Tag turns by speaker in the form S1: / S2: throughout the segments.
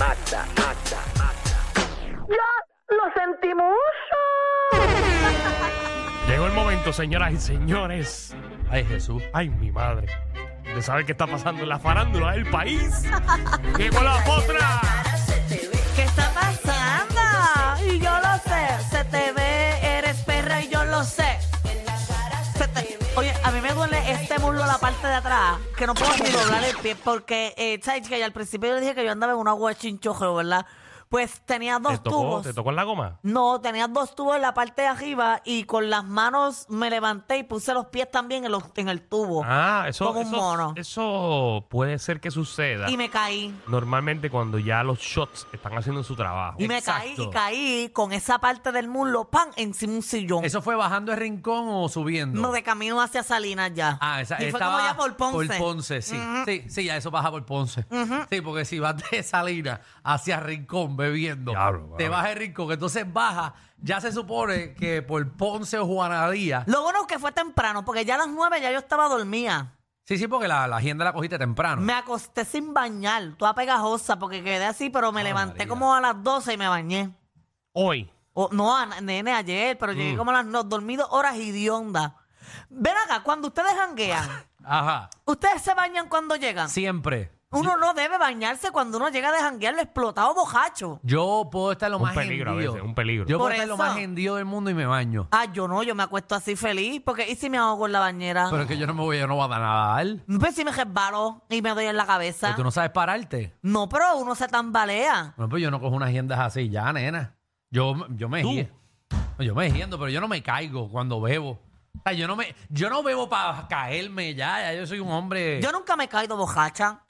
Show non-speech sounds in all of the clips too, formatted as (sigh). S1: acta, acta, acta.
S2: ¡Ya lo sentimos!
S1: Llegó el momento, señoras y señores.
S3: Ay, Jesús.
S1: Ay, mi madre. De saber qué está pasando en la farándula del país. (laughs) Llegó la potra.
S4: ¿Qué está pasando? Y yo lo sé. Se te ve, eres perra y yo lo sé. Se te- Oye, a mí me duele este muslo, la parte de atrás, que no puedo ni doblar el pie, porque, eh, ¿sabes que al principio yo le dije que yo andaba en una agua de chinchojeo, ¿verdad? Pues tenía
S1: ¿Te
S4: dos
S1: tocó,
S4: tubos.
S1: ¿Te tocó en la goma?
S4: No, tenía dos tubos en la parte de arriba y con las manos me levanté y puse los pies también en, los- en el tubo.
S1: Ah, eso,
S4: Como un
S1: eso,
S4: mono.
S1: eso puede ser que suceda.
S4: Y me caí.
S1: Normalmente cuando ya los shots están haciendo su trabajo.
S4: Y me caí y caí con esa parte del muslo, pan, encima un sillón.
S3: ¿Eso fue bajando el rincón o subiendo?
S4: No, de camino hacia Salinas ya.
S3: Ah, esa,
S4: y fue
S3: estaba
S4: como ya por Ponce.
S3: Por Ponce, sí. Sí, sí, ya eso baja por Ponce. Sí, porque si vas de Salina hacia Rincón bebiendo,
S1: Diablo,
S3: te
S1: mano.
S3: vas el Rincón, entonces baja, ya se supone que por Ponce o Juanadía.
S4: Lo bueno que fue temprano, porque ya a las nueve ya yo estaba dormida.
S3: Sí, sí, porque la, la agenda la cogiste temprano.
S4: Me acosté sin bañar, toda pegajosa, porque quedé así, pero me
S3: Ah,
S4: levanté
S3: María.
S4: como a las 12 y me bañé.
S1: Hoy.
S4: O- no, a- nene, ayer, pero
S3: Mm.
S4: llegué como a las no, dormí dos horas hedionda. Ven acá, cuando ustedes
S3: (laughs)
S4: janguean,
S3: Ajá,
S4: ¿ustedes se bañan cuando llegan?
S3: siempre.
S4: Uno no debe bañarse cuando uno llega de janguear, lo explotado bojacho.
S3: Yo puedo estar lo
S1: Un
S3: más
S1: peligro a
S3: hendido.
S1: veces, un peligro.
S3: Yo
S4: Por
S3: puedo estar lo
S4: eso.
S3: más hendido del mundo y me baño.
S4: Ah, yo no, yo me acuesto así feliz, porque ¿y si me ahogo en la bañera?
S3: Pero es que yo no me voy, yo no voy a nadar.
S4: Pues si me resbalo y me doy en la cabeza.
S3: Pero tú no sabes pararte.
S4: No, pero uno se tambalea.
S3: No, pues yo no cojo unas hiendas así ya, nena. Yo, yo me
S1: ¿Tú?
S3: hie- Yo me hiendo, pero yo no me caigo cuando bebo. O sea, yo no me, yo no bebo para caerme ya, ya yo soy un hombre.
S4: Yo nunca me he caído bojacha.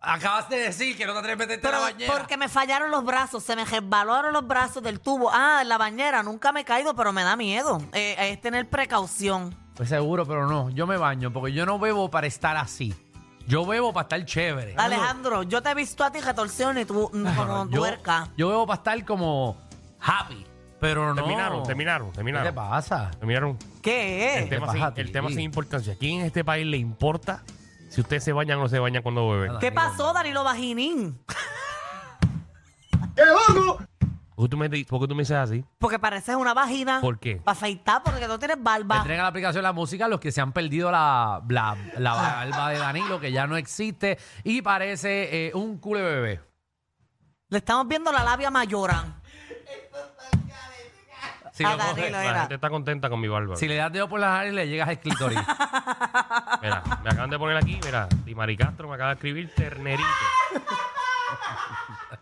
S3: Acabas de decir que no te atreves a meterte a
S4: Pero
S3: la bañera.
S4: porque me fallaron los brazos, se me resbalaron los brazos del tubo. Ah, en la bañera, nunca me he caído, pero me da miedo. Eh, es tener precaución.
S3: Pues seguro, pero no. Yo me baño porque yo no bebo para estar así. Yo bebo para estar chévere.
S4: Alejandro, yo te he visto a ti retorsión y tú mm, como
S3: yo,
S4: tuerca.
S3: yo bebo para estar como happy, pero no.
S1: Terminaron, terminaron,
S3: ¿Qué te
S1: terminaron.
S3: pasa?
S1: Terminaron.
S4: ¿Qué
S1: El
S4: es?
S1: tema,
S3: pasa
S1: sin,
S3: a ti?
S1: el tema sin importancia. ¿Quién en este país le importa si usted se baña o no se baña cuando beben?
S3: Nada.
S4: ¿Qué pasó, Danilo Vaginín?
S1: ¿Por qué tú me, di- por qué tú me dices así?
S4: Porque pareces una vagina.
S1: ¿Por qué?
S4: Para afeitar, porque no tienes
S3: Me
S4: barba.
S3: entrega la aplicación de la música a los que se han perdido la, la,
S4: (laughs)
S3: la barba de Danilo, que ya no existe y parece eh, un culo de bebé.
S4: Le estamos viendo la labia mayora.
S3: Si,
S4: A
S3: lo coges-
S4: Danilo, eh.
S1: La
S4: era.
S1: gente está contenta con mi barba.
S3: si le das dedo por las áreas, le llegas
S4: (laughs)
S3: al clítoris.
S1: Mira, me acaban de poner aquí, mira, Di Mari Castro me acaba de escribir ternerito.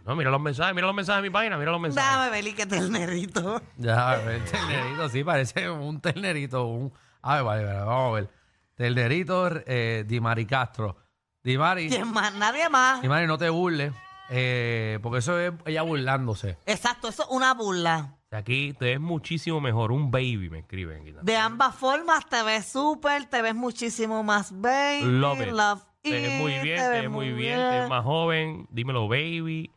S1: No, mira los mensajes, mira los mensajes de mi página, mira los mensajes.
S4: Dame, Beli, que ternerito.
S3: ya, a ver, el ternerito, sí, parece un ternerito. Un... A ver, vale, vale, vamos a ver. Ternerito eh, Di Mari Castro. Di Mari,
S4: ¿Quién más? Nadie más.
S3: Di Mari, no te burles, eh, porque eso es ella burlándose.
S4: Exacto, eso es una burla.
S1: Aquí te ves muchísimo mejor, un baby me escriben. aquí también.
S4: De ambas formas, te ves súper, te ves muchísimo más baby.
S1: Love it. Te
S4: it,
S1: ves muy bien, te ves muy bien, te ves más joven, dímelo baby,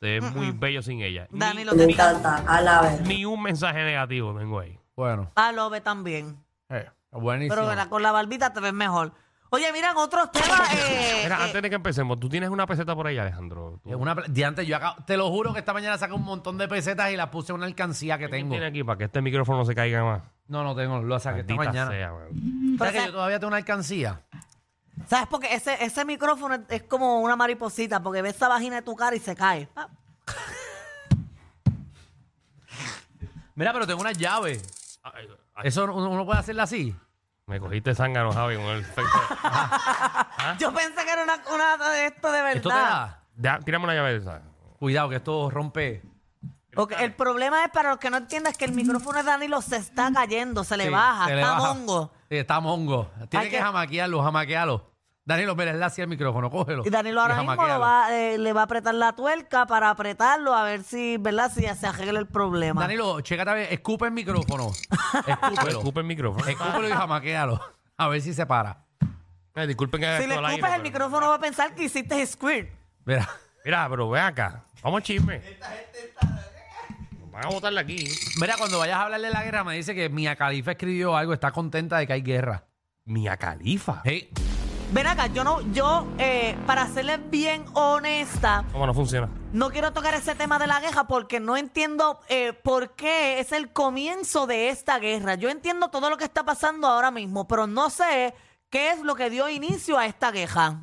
S1: te ves muy bello sin ella. Ni-
S4: Danilo,
S2: Me
S4: te
S2: encanta, a la vez.
S1: Ni un mensaje negativo tengo ahí.
S3: Bueno,
S4: Ah, lo ve también.
S3: eh, buenísimo.
S4: Pero ¿verdad? con la barbita te ves mejor. Oye, mira, en otros temas. eh,
S1: (laughs) Mira,
S4: eh,
S1: antes de que empecemos, tú tienes una peseta por ahí, Alejandro. ¿Tú-
S3: Es una pla- Diante, yo acabo- te lo juro que esta mañana saqué un montón de pesetas y las puse en una alcancía que
S1: ¿Quién
S3: tengo.
S1: tiene aquí para que este micrófono no se caiga más?
S3: No, no tengo, lo saqué esta
S1: Maldita
S3: mañana.
S1: sea, man.
S4: Pero,
S3: ¿Sabes que yo todavía tengo una alcancía?
S4: eh, ¿Sabes? Porque ese, ese micrófono es- es como una mariposita, porque ves esa vagina de tu cara y se cae. Ah,
S3: Mira, pero tengo una llave.
S1: Ay, ay,
S3: Eso uno, uno puede hacerla así.
S1: me cogiste zángano, Javi, con el efecto. Ah.
S4: Yo pensé que era una, una de esto de verdad.
S3: Esto te da.
S1: Ya, Tírame una llave de esa.
S3: Cuidado, que esto rompe.
S4: Ok, el problema es para los que no entiendas que el micrófono de Danilo se está cayendo, se le
S3: Sí,
S4: baja,
S3: se le
S4: está
S3: baja.
S4: mongo.
S3: Sí, está mongo. Tiene
S4: Hay
S3: que,
S4: que-
S3: jamaquearlo, jamaquealo. Danilo, mira, hazle así el micrófono, cógelo.
S4: Y Danilo ahora mismo lo
S3: jamaquealo.
S4: va, eh, le va a apretar la tuerca para apretarlo a ver si, ¿verdad? Si ya se arregla el problema.
S3: Danilo, chécate, a ver, escupe el
S1: (laughs)
S3: micrófono. Escúpelo.
S1: Escupe el micrófono.
S3: Escúpelo y jamaquealo. A ver si se para.
S1: Ay, disculpen que haga
S4: si le
S1: esto al aire,
S4: escupes el
S1: pero-
S4: micrófono va a pensar que hiciste squirt.
S3: Mira.
S1: Mira, pero ve acá. Vamos al chisme. Van a botarla aquí.
S3: Mira, cuando vayas a hablarle de la guerra, me dice que Mia Khalifa escribió algo, está contenta de que hay guerra.
S1: Mia Califa.
S3: Hey,
S4: Ven acá, yo no, yo, eh, para serles bien honesta,
S1: ¿Cómo no funciona?
S4: no quiero tocar ese tema de la guerra porque no entiendo eh, por qué es el comienzo de esta guerra. Yo entiendo todo lo que está pasando ahora mismo, pero no sé qué es lo que dio inicio a esta guerra.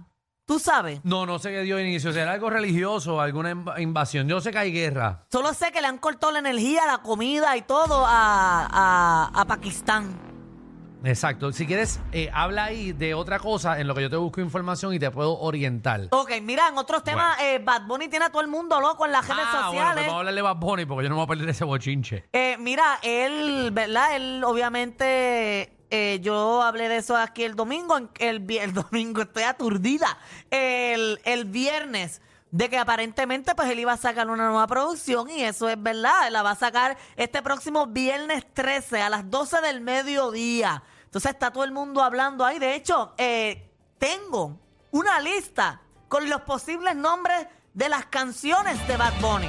S4: ¿Tú sabes?
S3: No, no sé qué dio inicio. ¿Será algo religioso, alguna inv- invasión? Yo sé que hay guerra.
S4: Solo sé que le han cortado la energía, la comida y todo a, a- a Pakistán.
S3: Exacto. Si quieres, eh, habla ahí de otra cosa en lo que yo te busco información y te puedo orientar.
S4: Ok, mira, en otros temas, eh, Bad Bunny tiene a todo el mundo loco en las redes
S3: ah, bueno, pues
S4: sociales.
S3: vamos a hablarle a Bad Bunny porque yo no me voy a perder ese bochinche.
S4: Eh, mira, él, ¿verdad? Él, obviamente, eh, yo hablé de eso aquí el domingo, en- el, vi- (laughs) el domingo, estoy aturdida, el, el viernes, de que aparentemente pues él iba a sacar una nueva producción y eso es verdad, la va a sacar este próximo viernes 13 a las 12 del mediodía. Entonces está todo el mundo hablando ahí, de hecho, eh, tengo una lista con los posibles nombres de las canciones de Bad Bunny.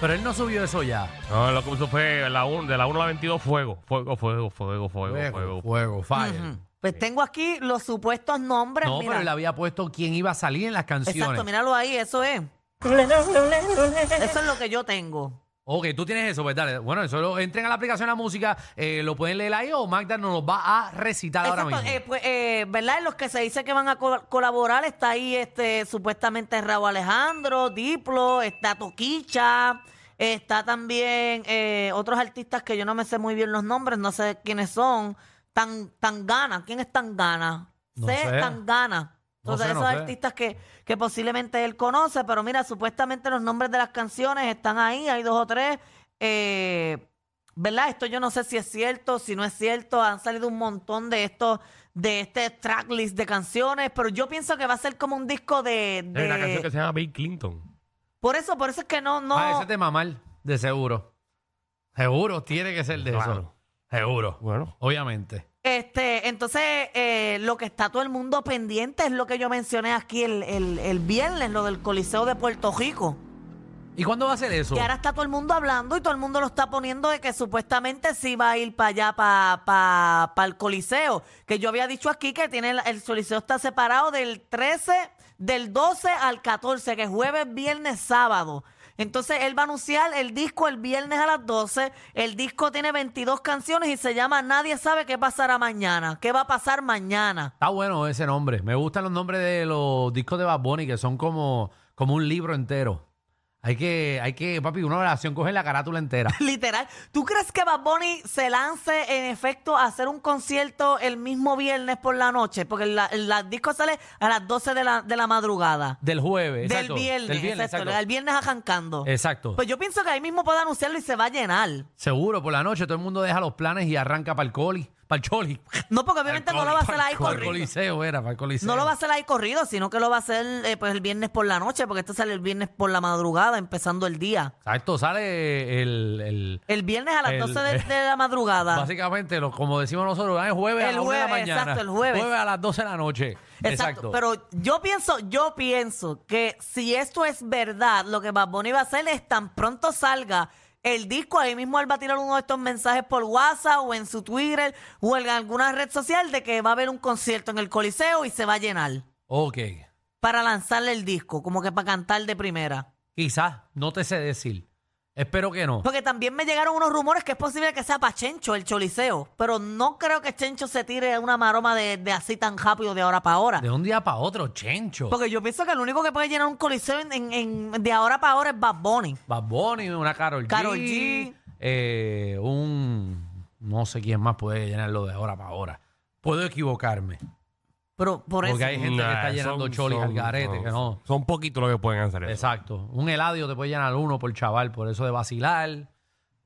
S3: Pero él no subió eso ya.
S1: No, lo que puso fue la un- de la 1 a la 22, fuego. Fuego, fuego, fuego, fuego, fuego.
S3: fuego, fire.
S4: Ujú. Pues tengo aquí los supuestos nombres.
S3: No,
S4: mira.
S3: pero él había puesto quién iba a salir en las canciones.
S4: Exacto, míralo ahí, eso es. Eso es lo que yo tengo.
S3: Ok, tú tienes eso, pues dale. Bueno, eso lo, entren a la aplicación de la música, eh, lo pueden leer ahí o Magda nos lo va a recitar ahora
S4: Exacto,
S3: mismo.
S4: eh, pues, eh, ¿verdad? En los que se dice que van a co- colaborar está ahí este supuestamente Raúl Alejandro, Diplo, está Toquicha, está también eh, otros artistas que yo no me sé muy bien los nombres, no sé quiénes son. Tan Tangana, ¿quién es Tangana?
S3: No
S4: sé,
S3: sé.
S4: Tangana.
S3: No
S4: Entonces,
S3: sé, no
S4: esos
S3: sé.
S4: artistas que, que posiblemente él conoce, pero mira, supuestamente los nombres de las canciones están ahí, hay dos o tres. eh, ¿Verdad? Esto yo no sé si es cierto, si no es cierto. Han salido un montón de estos, de este tracklist de canciones, pero yo pienso que va a ser como un disco de.
S1: Hay una
S4: de-
S1: canción que se llama Bill Clinton.
S4: Por eso, por eso es que no, no.
S3: Ah, ese tema mal, de seguro. Seguro, tiene que ser de eso.
S1: Claro.
S3: Seguro.
S1: Bueno.
S3: Obviamente.
S4: Este, entonces, eh, lo que está todo el mundo pendiente es lo que yo mencioné aquí el, el- el viernes, lo del Coliseo de Puerto Rico.
S3: ¿Y cuándo va a ser eso?
S4: Que ahora está todo el mundo hablando y todo el mundo lo está poniendo de que supuestamente sí va a ir para allá, para pa, pa el Coliseo. Que yo había dicho aquí que tiene el, el Coliseo está separado del 13, del 12 al 14, que es jueves, viernes, sábado. Entonces él va a anunciar el disco el viernes a las 12. El disco tiene 22 canciones y se llama Nadie sabe qué pasará mañana. ¿Qué va a pasar mañana?
S3: Está bueno ese nombre. Me gustan los nombres de los discos de Bad Bunny, que son como, como un libro entero. Hay que, hay que, papi, una oración coge la
S4: (laughs)
S3: carátula entera.
S4: Literal. ¿Tú crees que Bad Bunny se lance en efecto a hacer un concierto el mismo viernes por la noche? Porque la- el, la- el disco sale a las 12 de la, de la madrugada.
S3: Del jueves, exacto.
S4: del viernes.
S3: Del viernes,
S4: exacto.
S3: exacto.
S4: El viernes arrancando.
S3: Exacto.
S4: Pues yo pienso que ahí mismo puede anunciarlo y se va a llenar.
S3: Seguro, por la noche todo el mundo deja los planes y arranca para el coli. Para el choli.
S4: No, porque obviamente no lo va a hacer ahí
S3: Para el
S4: corrido.
S3: coliseo era, para el coliseo.
S4: No lo va a hacer ahí corrido, sino que lo va a hacer eh, pues el viernes por la noche, porque esto sale el viernes por la madrugada, empezando el día.
S3: Exacto, sale el... el-
S4: El viernes a las
S3: El-
S4: 12 de, de la
S3: (laughs)
S4: madrugada.
S3: básicamente, lo- como decimos nosotros, ah, es jueves a
S4: Ah. El
S3: las 1 de la
S4: jueves,
S3: mañana.
S4: exacto, el jueves.
S3: a las 12 de la noche.
S4: Exacto. Pero yo pienso, yo pienso que si esto es verdad, lo que Bad Bunny va a hacer es tan pronto salga el disco, ahí mismo él va a tirar uno de estos mensajes por WhatsApp o en su Twitter o en alguna red social de que va a haber un concierto en el Coliseo y se va a llenar
S3: Ok.
S4: para lanzarle el disco, como que para cantar de primera.
S3: Quizás, no te sé decir. Espero que no.
S4: Porque también me llegaron unos rumores que es posible que sea para Chencho el Choliseo, pero no creo que Chencho se tire una maroma de, de así tan rápido de ahora para ahora.
S3: De un día para otro, chencho.
S4: Porque yo pienso que el único que puede llenar un coliseo en, en- en- de ahora para ahora es Bad Bunny.
S3: Bad Bunny, una Carol G.
S4: Karol G.
S3: eh, un... No sé quién más puede llenarlo de ahora para ahora. Puedo equivocarme.
S4: Pero por
S3: Porque
S4: eso.
S3: hay gente que está llenando cholis al garete, que no.
S1: Son poquitos los que pueden hacer eso.
S3: Exacto. Un heladio te puede llenar uno por chaval, por eso de vacilar.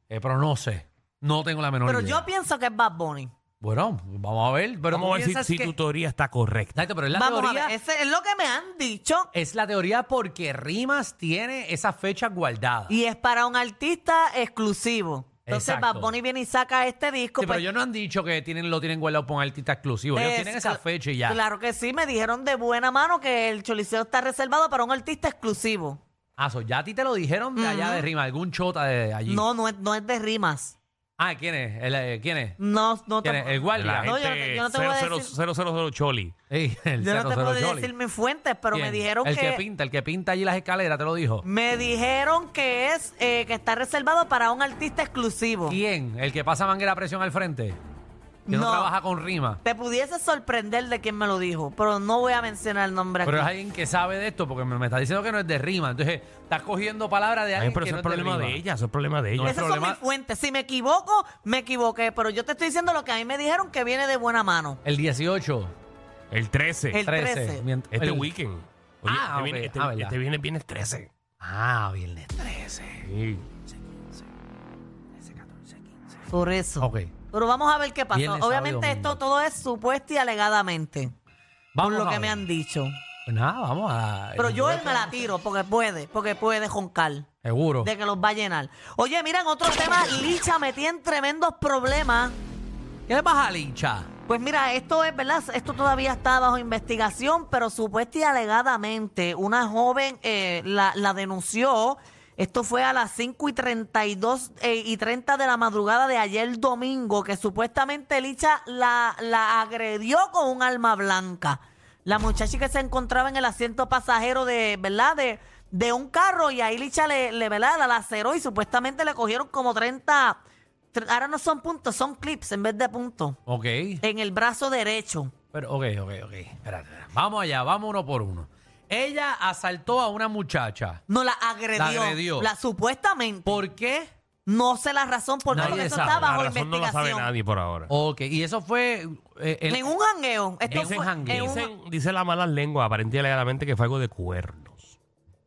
S3: Eh, pero no sé. No tengo la menor
S4: Pero
S3: idea.
S4: yo pienso que es Bad Bunny.
S3: Bueno, vamos a ver. Pero
S1: Vamos
S3: tú
S1: a ver si,
S3: piensas
S1: si
S3: que-
S1: tu teoría está correcta.
S3: Exacto, pero es la
S4: Vamos
S3: teoría.
S4: a ver, ese es lo que me han dicho.
S3: Es la teoría porque Rimas tiene esas fechas guardadas.
S4: Y es para un artista exclusivo. Entonces
S3: Exacto.
S4: Bad Bunny viene y saca este disco.
S3: Sí, pero
S4: pues,
S3: ellos no han dicho que tienen, lo tienen guardado por un artista exclusivo. Ellos
S4: es-
S3: tienen esa fecha y ya.
S4: Claro que sí, me dijeron de buena mano que el Choliseo está reservado para un artista exclusivo.
S3: Ah, so, ya a ti te lo dijeron de allá de Rimas, algún chota de allí.
S4: No, no es, no es de rimas.
S3: Ah, ¿quién es? El, eh, ¿Quién es?
S4: No, no
S3: ¿Quién
S4: te,
S3: es? El
S1: La
S3: guardia.
S4: No, yo
S1: gente
S4: yo no te voy a decir-
S1: 000 Choli.
S3: Ey, el
S4: yo no te
S3: 00
S4: puedo
S3: Jolly.
S4: decir mis fuentes, pero me
S3: ¿Quién?
S4: dijeron
S3: el que...
S4: que,
S3: pinta, el que pinta allí las escaleras, te lo dijo.
S4: me dijeron que es eh, que está reservado para un artista exclusivo.
S3: ¿Quién? El que pasa manguera a presión al frente. Que no,
S4: No.
S3: trabaja con rima.
S4: Te pudiese sorprender de quién me lo dijo, pero no voy a mencionar el nombre
S3: Pero es
S4: aquí.
S3: alguien que sabe de esto porque me, me está diciendo que no es de rima. Entonces, estás cogiendo palabras de
S1: Ay,
S3: alguien
S1: pero
S3: que
S1: eso
S3: no
S1: es
S3: es de
S1: problema
S3: rima.
S1: de ella, eso es problema de ella.
S3: No, el
S4: Esas
S3: problema-
S4: son mis fuentes. Si me equivoco, me equivoqué, pero yo te estoy diciendo lo que a mí me dijeron que viene de buena mano.
S3: El 18,
S1: El 13.
S4: El
S3: 13.
S4: 13.
S3: mient-
S1: este
S3: el-
S1: weekend.
S3: Ah,
S1: este,
S3: ok.
S1: viene, este,
S3: Ah, verdad.
S1: este viene viernes 13.
S3: Ah, viernes 3.
S1: Sí.
S4: Por eso.
S3: Ok.
S4: Pero vamos a ver qué pasa.
S3: Viernes,
S4: Obviamente
S3: sábado y
S4: esto
S3: domingo.
S4: todo es supuesto y alegadamente, por
S3: Vamos
S4: lo
S3: a
S4: que
S3: ver.
S4: me han dicho.
S3: Pues nada, vamos a.
S4: Pero yo él me la tiro porque puede, porque puede joncar.
S3: Seguro.
S4: De que los va a llenar. Oye, mira, en otro tema, Licha metía en tremendos problemas.
S3: ¿Qué le pasa a Licha?
S4: Pues mira, esto es verdad, esto todavía está bajo investigación, pero supuesta y alegadamente una joven eh, la, la denunció. Esto fue a las 5 y 32 eh, y 30 de la madrugada de ayer domingo, que supuestamente Licha la, la agredió con un arma blanca. La muchacha que se encontraba en el asiento pasajero de, ¿verdad? De, de un carro y ahí Licha le, le, ¿verdad? La laceró y supuestamente le cogieron como 30, tre- ahora no son puntos, son clips en vez de puntos
S3: Ok.
S4: en el brazo derecho.
S3: Pero, ok, ok, ok. Espérate, espérate. Vamos allá, vamos uno por uno. Ella asaltó a una muchacha.
S4: No la agredió.
S3: La agredió.
S4: La- supuestamente.
S3: ¿Por qué?
S4: no sé la razón por qué,
S3: Nadie
S4: porque eso
S3: sabe.
S4: está
S3: La
S4: bajo
S1: La razón no la
S4: investigación.
S1: sabe nadie por ahora.
S3: Ok, y eso fue. eh, el-
S4: en un jangueo. Esto
S3: Dicen
S4: fue-
S3: jangueo.
S4: en un-
S1: Dicen, dice la mala lengua, aparentemente alegadamente, que fue algo de cuernos.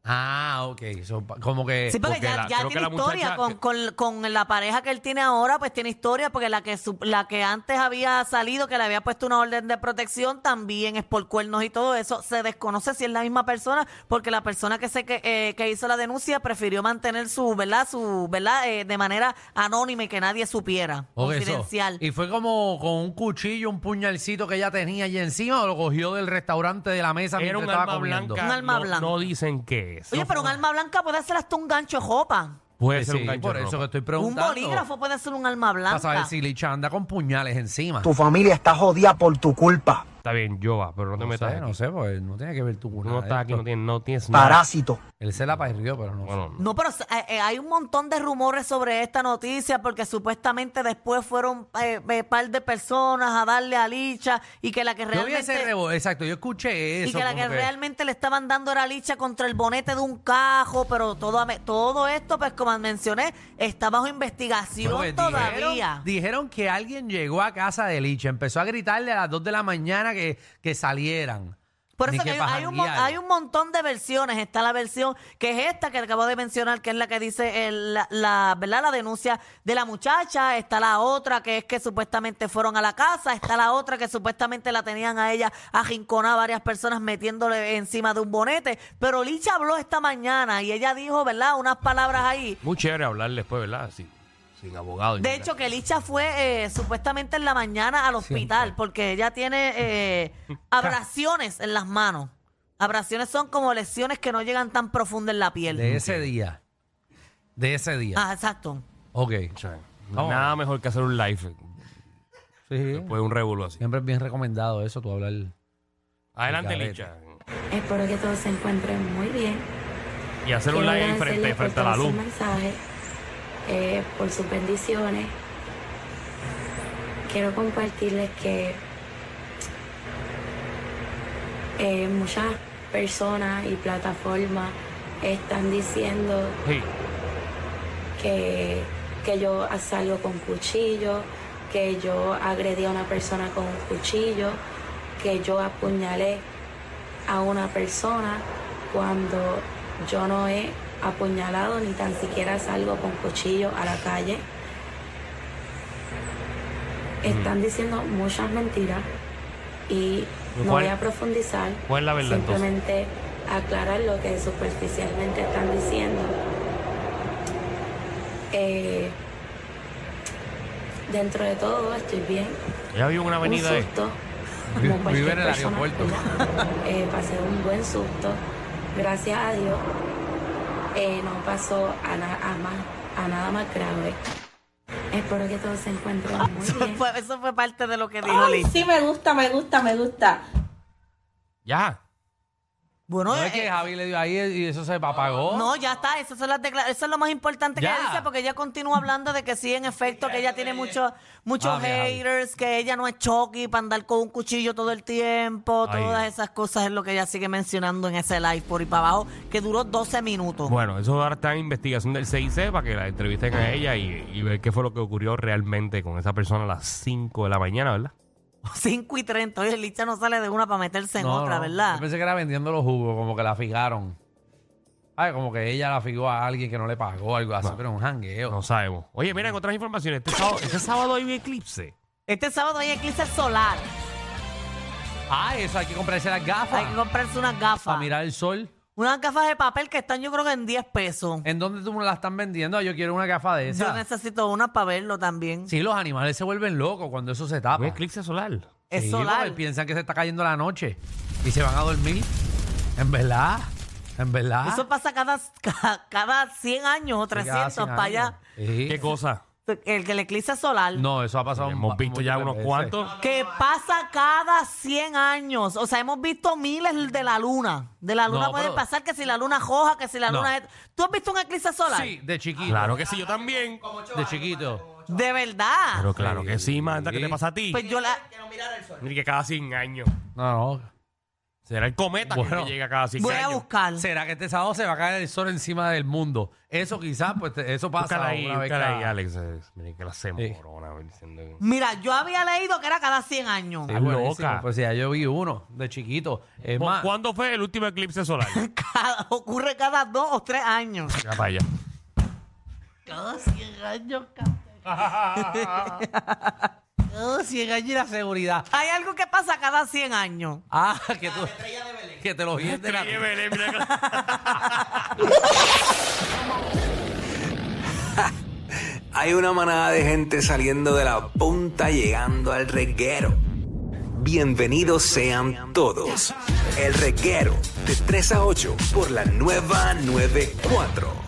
S3: Ah, ok. so, pa- como que.
S4: Sí, porque,
S1: porque
S4: ya,
S1: la-
S4: ya
S1: creo que
S4: tiene
S1: la
S4: historia
S1: muchacha-
S4: con, con- con la pareja que él tiene ahora, pues tiene historia, porque la que su- la que antes había salido, que le había puesto una orden de protección, también es por cuernos y todo eso. Se desconoce si es la misma persona, porque la persona que se que, eh, que hizo la denuncia prefirió mantener su, ¿verdad? Su, ¿verdad? Eh, de manera anónima y que nadie supiera.
S3: ok, so,
S4: confidencial.
S3: y fue como con un cuchillo, un puñalcito que ella tenía allí encima o lo cogió del restaurante de la mesa
S1: Era
S3: mientras
S1: un
S3: estaba
S1: arma
S3: comiendo.
S1: blanca.
S4: Un arma
S1: no,
S4: blanca.
S1: no dicen qué es.
S4: Oye, pero un arma blanca puede ser hasta un gancho de jopa.
S1: Puede
S3: Pues Sí,
S1: ser un gancho
S3: por
S1: de
S3: eso
S1: ropa.
S3: que estoy
S4: Un
S3: preguntando.
S4: bolígrafo puede ser un arma
S3: Para saber
S4: blanca.
S3: si Licha anda con puñales encima.
S5: Tu familia está jodida por tu culpa.
S1: Está bien, Jova, pero no te
S3: No
S1: metas.
S3: sé,
S1: aquí.
S3: no sé, pues no tiene que ver tu
S1: Tú no estás aquí, no tienes, no tienes nada.
S5: Parásito.
S3: Él se la perdió, pero no sé.
S1: Bueno,
S4: No, pero eh, eh, hay un montón de rumores sobre esta noticia porque supuestamente después fueron un par de personas a darle a Licha y que la que
S3: Yo vi
S4: realmente...
S3: ese rebo- exacto, yo escuché eso.
S4: y que la
S3: como
S4: que, realmente le estaban dando era licha contra el bonete de un cajo, pero todo, ame- todo esto, pues como mencioné, está bajo investigación
S3: Bueno, pues,
S4: todavía.
S3: Dijeron, dijeron que alguien llegó a casa de Licha, empezó a gritarle a las 2 de la mañana que, que salieran.
S4: Por
S3: Ni
S4: eso que hay,
S3: pa'
S4: hay un, mon-
S3: janguear.
S4: hay un montón de versiones. Está la versión que es esta que acabo de mencionar, que es la que dice el- la, la- ¿verdad? la denuncia de la muchacha. Está la otra que es que supuestamente fueron a la casa. Está la otra que supuestamente la tenían a ella arrinconada varias personas metiéndole encima de un bonete. Pero Licha habló esta mañana y ella dijo, ¿verdad? Unas palabras ahí.
S1: muy chévere hablar después, ¿verdad? Sin, sin abogado. ni
S4: De
S1: nada.
S4: hecho, que Licha fue eh, supuestamente en la mañana al hospital porque ella tiene
S3: (laughs)
S4: eh, abrasiones en las manos. Abrasiones son como lesiones que no llegan tan profundas en la piel.
S3: De ese día. De ese día.
S4: Ah, exacto. (laughs)
S3: Ok.
S1: O sea, no hay
S3: Vamos.
S1: nada mejor que hacer un live eh,
S3: Sí.
S1: después de un revuelo así.
S3: Siempre es bien recomendado eso, tú hablar.
S1: Adelante,
S3: Garete.
S1: Licha.
S6: Espero que todos se encuentren muy bien.
S1: Y hacer
S6: Quiero
S1: un live frente,
S6: agradecerles por
S1: frente a la
S6: todos
S1: luz.
S6: sus mensajes, eh, por sus bendiciones. Quiero compartirles que eh, muchas personas y plataformas están diciendo
S1: Sí.
S6: que, que yo salgo con cuchillo, que yo agredí a una persona con un cuchillo, que yo apuñalé a una persona cuando yo no he apuñalado ni tan siquiera salgo con cuchillo a la calle. Están diciendo muchas mentiras y
S1: ¿Lo
S6: no
S1: cual-
S6: voy a profundizar.
S1: cuál es la verdad, entonces?
S6: Simplemente aclarar lo que superficialmente están diciendo eh, dentro de todo estoy bien.
S1: Ella vive en una avenida este.
S6: un
S1: de. (laughs)
S6: susto.
S3: Vi-
S6: como cualquier
S3: vive en el
S6: persona,
S3: aeropuerto.
S6: ¿verdad? Eh, pasé un buen susto. Gracias a Dios eh, no pasó a, na- a más- a nada más grave. Espero que todos se
S1: (laughs)
S6: encuentren muy bien.
S4: Fue- Eso fue parte de lo que dijo
S7: Ay,
S4: Liz.
S7: sí, me gusta, me gusta, me gusta.
S3: Ya.
S4: Bueno,
S3: No es que
S4: eh,
S3: Javi le dio ahí y eso se apagó.
S4: No, ya está, esas son las decla- eso es lo más importante que
S3: Oh. Ya.
S4: ella dice, porque ella continúa hablando de que sí, en efecto, que ella tiene muchos muchos
S3: Ah, mira, Javi.
S4: haters, que ella no es Chucky para andar con un cuchillo todo el tiempo,
S1: Ay,
S4: todas
S1: Dios.
S4: esas cosas es lo que ella sigue mencionando en ese live por ahí para abajo, que duró 12 minutos. (laughs)
S1: Bueno, eso ahora está en investigación del CIC para que la entrevisten a ella y, y ver qué fue lo que ocurrió realmente con esa persona a las 5 de la mañana, ¿verdad?
S4: 5 y 30, oye, Licha no sale de una para meterse en
S3: No,
S4: otra,
S3: no.
S4: ¿verdad?
S3: Yo pensé que era vendiendo los jugos, como que la fijaron. Ay, como que ella la figó a alguien que no le pagó algo así, pero un jangueo.
S1: No sabemos. Oye, mira, en otras informaciones, este sábado, este sábado hay un eclipse.
S4: Este sábado hay eclipse solar,
S3: Ah, eso hay que comprarse las
S4: hay
S3: gafas
S4: que comprarse unas
S3: para
S4: gafas,
S3: mirar el sol.
S4: unas gafas de papel que están yo creo que en 10 pesos.
S3: ¿En dónde tú me las están vendiendo? Ah, Yo quiero una gafa de
S4: Yo
S3: esas.
S4: necesito una para verlo también.
S3: Sí, los animales se vuelven locos cuando eso se
S1: Un
S3: tapa.
S1: eclipse solar.
S4: Es
S3: Sí,
S4: solar.
S3: porque piensan que se está cayendo la noche y se van a dormir. En verdad, en verdad.
S4: Eso pasa cada, ca- cada, 100 años o
S3: Se queda
S4: 300
S3: sin
S4: para allá.
S3: aire. Sí.
S1: ¿Qué cosa?
S4: El que el eclipse solar.
S3: No, eso ha pasado.
S1: Hemos
S3: un-
S1: visto ya
S3: muchas
S1: unos
S3: veces.
S1: cuantos.
S4: Que pasa cada 100 años. O sea, hemos visto miles de la luna. De la luna
S3: No,
S4: puede
S3: pero-
S4: pasar que si la luna roja, que si la
S3: No.
S4: luna... ¿Tú has visto un eclipse solar?
S3: Sí, de chiquito.
S1: Claro que sí, yo también.
S3: De chiquito.
S4: De verdad.
S1: Pero claro que sí, manda, ¿qué te pasa a ti?
S4: Pues yo la...
S1: Mira que cada 100 años.
S3: No, no.
S1: Será el cometa que-
S3: Bueno.
S1: que llega cada 100
S4: Voy a
S1: años.
S4: buscar.
S3: ¿Será que este sábado se va a caer el sol encima del mundo? Eso quizás, pues te- eso pasa
S1: Búscala ahí,
S3: una vez
S1: búscala ahí,
S3: cada-
S1: Alex. Eh, Miren que la hacemos,
S3: Sí.
S1: corona, diciendo que-
S4: Mira, yo había leído que era cada 100 años.
S3: Sí,
S1: Estás
S3: buenísimo.
S1: loca.
S3: Pues ya yo vi uno de chiquito. Es
S1: ¿Cu-
S3: más,
S1: ¿Cuándo fue el último eclipse (laughs) solar?
S4: Cada- (laughs) ocurre cada dos o tres años.
S1: Ya para allá.
S4: Cada 100 años, cabrón.
S3: Ah, si allí la seguridad.
S4: Oh, Hay algo que pasa cada 100 años.
S3: Ah, que tú. Que te lo vienes de la.
S1: Oye, Belén, mira que-
S5: Hay una manada de gente saliendo de la punta llegando al reguero. Bienvenidos sean todos. El reguero de 3 a 8 por la nueva 94.